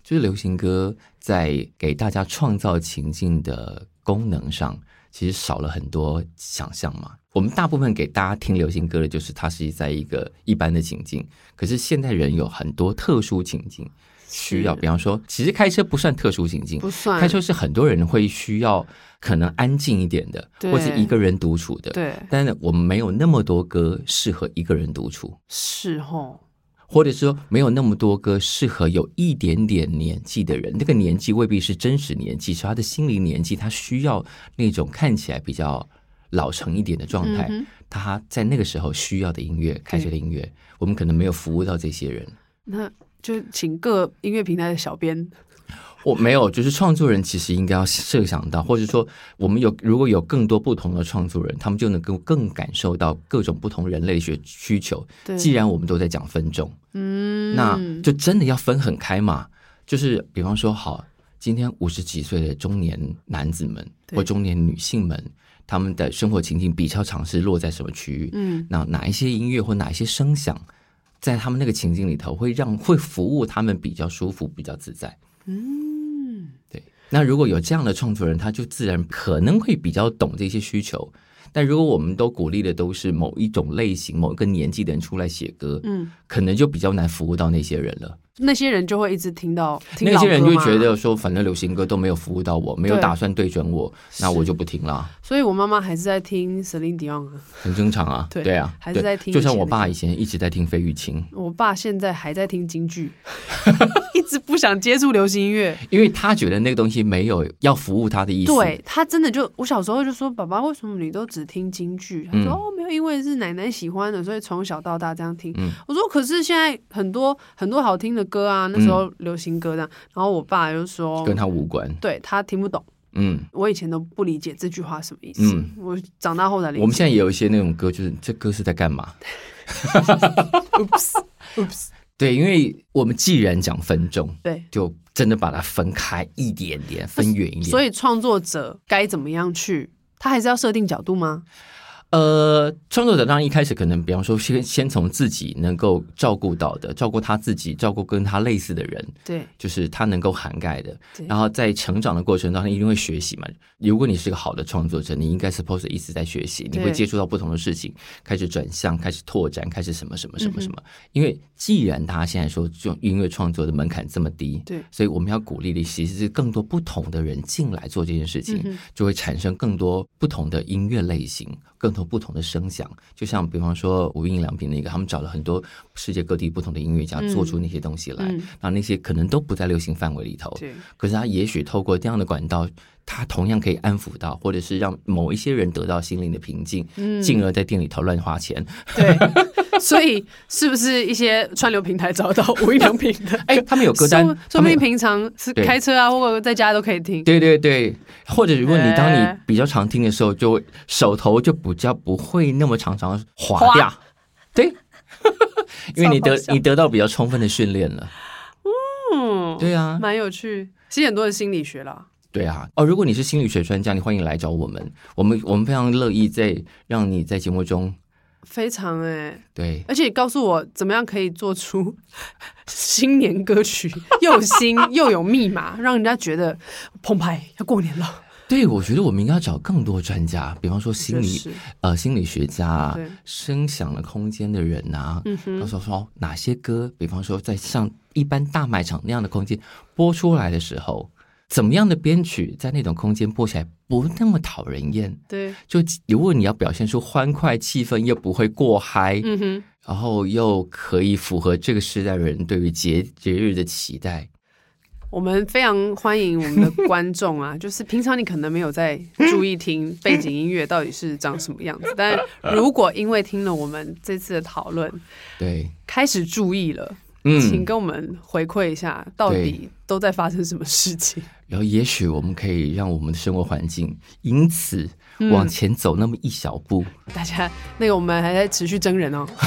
S1: 就是流行歌在给大家创造情境的功能上，其实少了很多想象嘛。我们大部分给大家听流行歌的，就是它是在一个一般的情境，可是现代人有很多特殊情境需要，
S2: 是
S1: 比方说，其实开车不算特殊情境，
S2: 不算
S1: 开车是很多人会需要可能安静一点的，
S2: 对
S1: 或是一个人独处的。
S2: 对
S1: 但是我们没有那么多歌适合一个人独处，
S2: 是吼，
S1: 或者说没有那么多歌适合有一点点年纪的人。那个年纪未必是真实年纪，是他的心灵年纪，他需要那种看起来比较老成一点的状态。
S2: 嗯哼嗯
S1: 他在那个时候需要的音乐，开车的音乐，我们可能没有服务到这些人。
S2: 那就请各音乐平台的小编，
S1: 我没有，就是创作人其实应该要设想到，或者说我们有如果有更多不同的创作人，他们就能够更感受到各种不同人类学需求。
S2: 对，
S1: 既然我们都在讲分众，
S2: 嗯，
S1: 那就真的要分很开嘛。就是比方说，好，今天五十几岁的中年男子们
S2: 对
S1: 或中年女性们，他们的生活情境比较常是落在什么区域？
S2: 嗯，
S1: 那哪一些音乐或哪一些声响，在他们那个情境里头会让会服务他们比较舒服、比较自在。嗯，对。那如果有这样的创作人，他就自然可能会比较懂这些需求。但如果我们都鼓励的都是某一种类型、某一个年纪的人出来写歌，
S2: 嗯，
S1: 可能就比较难服务到那些人了。
S2: 那些人就会一直听到，听
S1: 那些
S2: 老
S1: 人
S2: 歌
S1: 就
S2: 嘛
S1: 觉得说，反正流行歌都没有服务到我，没有
S2: 对
S1: 打算对准我，那我就不听啦。
S2: 所以我妈妈还是在听 Celine Dion 啊，
S1: 很正常啊，
S2: (laughs) 对
S1: 啊，
S2: 还是在听
S1: 对就
S2: 以
S1: 像
S2: 前
S1: 我
S2: 的
S1: 爸
S2: 歌
S1: 以前一直在听费玉清，
S2: 我爸现在还在听京剧， (laughs) 一直不想接触流行音乐。
S1: 因为他觉得那个东西没有要服务他的意思。
S2: 对他真的就，我小时候就说：“爸爸，为什么你都只听京剧？”他说：“
S1: 嗯
S2: 哦，没有，因为是奶奶喜欢的，所以从小到大这样听。
S1: 嗯
S2: 我说：“可是现在很多很多好听的歌啊，那时候流行歌这样。然后我爸就说
S1: 嗯跟他无关。：“
S2: 对他听不懂，
S1: 嗯，
S2: 我以前都不理解这句话什么意思。
S1: 嗯
S2: 我长大后才理解。
S1: 我们现在也有一些那种歌，就是这歌是在干嘛？
S2: (laughs) Oops，
S1: 对，因为我们既然讲分众，
S2: 对，
S1: 就真的把它分开一点点，分远一点。
S2: 所
S1: 以，
S2: 以创作者该怎么样去？他还是要设定角度吗？
S1: 呃，创作者当然一开始可能，比方说先先从自己能够照顾到的，照顾他自己，照顾跟他类似的人，
S2: 对，
S1: 就是他能够涵盖的
S2: 对。
S1: 然后在成长的过程当中，一定会学习嘛。如果你是个好的创作者，你应该 suppose 一直在学习，你
S2: 对
S1: 会接触到不同的事情，开始转向，开始拓展，开始什么什么什么什么。因为既然他现在说这种音乐创作的门槛这么低，
S2: 对
S1: 所以我们要鼓励的其实是更多不同的人进来做这件事情，
S2: 嗯哼
S1: 就会产生更多不同的音乐类型，更多不同的声响。就像比方说无印良品那个，他们找了很多世界各地不同的音乐家
S2: 嗯
S1: 做出那些东西来，
S2: 嗯
S1: 那那些可能都不在流行范围里头，
S2: 对，
S1: 可是他也许透过这样的管道，他同样可以安抚到，或者是让某一些人得到心灵的平静，
S2: 嗯
S1: 进而在店里头乱花钱。 (laughs)
S2: 对，所以是不是一些串流平台找到无印良品的？
S1: 哎、他们有 (laughs) 歌单
S2: 说，
S1: 他
S2: 说不
S1: 们
S2: 定
S1: 有
S2: 平常是
S1: 对
S2: 开车啊，或者在家都可以听。
S1: 对对对，或者如果你当你
S2: 哎
S1: 比较常听的时候，就会手头就比较不会那么常常滑
S2: 滑
S1: 掉，对，
S2: (laughs)
S1: 因为你
S2: 超
S1: 得
S2: 好笑
S1: 你得到比较充分的训练了，
S2: 嗯，
S1: 对啊，
S2: 蛮有趣。其实很多的心理学啦，
S1: 对啊，哦，如果你是心理学专家，你欢迎来找我们，我们我们非常乐意在让你在节目中
S2: 非常哎、
S1: 对。
S2: 而且告诉我怎么样可以做出 (laughs) 新年歌曲，又新又有密码，让人家觉得澎湃要过年了。
S1: 对，我觉得我们应该要找更多专家，比方说心理
S2: 确实
S1: 呃心理学家啊
S2: 对，嗯
S1: 声响了空间的人呐、啊，他说说哪些歌，比方说在像一般大卖场那样的空间播出来的时候，怎么样的编曲在那种空间播起来不那么讨人厌？
S2: 对，
S1: 就如果你要表现出欢快气氛，又不会过嗨，
S2: 嗯哼，
S1: 然后又可以符合这个时代人对于节节日的期待，
S2: 我们非常欢迎我们的观众啊， (laughs) 就是平常你可能没有在注意听背景音乐到底是长什么样子，但如果因为听了我们这次的讨论，
S1: 对，
S2: 开始注意了，请
S1: 嗯，
S2: 跟我们回馈一下，到底都在发生什么事情？ (laughs)
S1: 然后也许我们可以让我们的生活环境因此往前走那么一小步。
S2: 大家，那个我们还在持续征人哦， (laughs)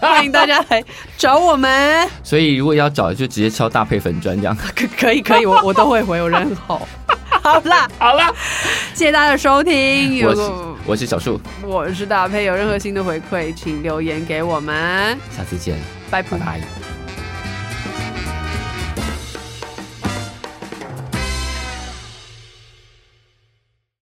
S2: 欢迎大家来找我们， (laughs)
S1: 所以如果要找，就直接敲大配粉砖这样。
S2: 可可以可以，我我都会回，我人很好。 (laughs) 好啦，
S1: 好了，
S2: 谢谢大家的收听。
S1: 我
S2: 如果
S1: 是我是小树，
S2: 我是大佩，有任何新的回馈，请留言给我们。
S1: 下次见，
S2: 拜
S1: 拜
S2: 拜。
S1: 拜。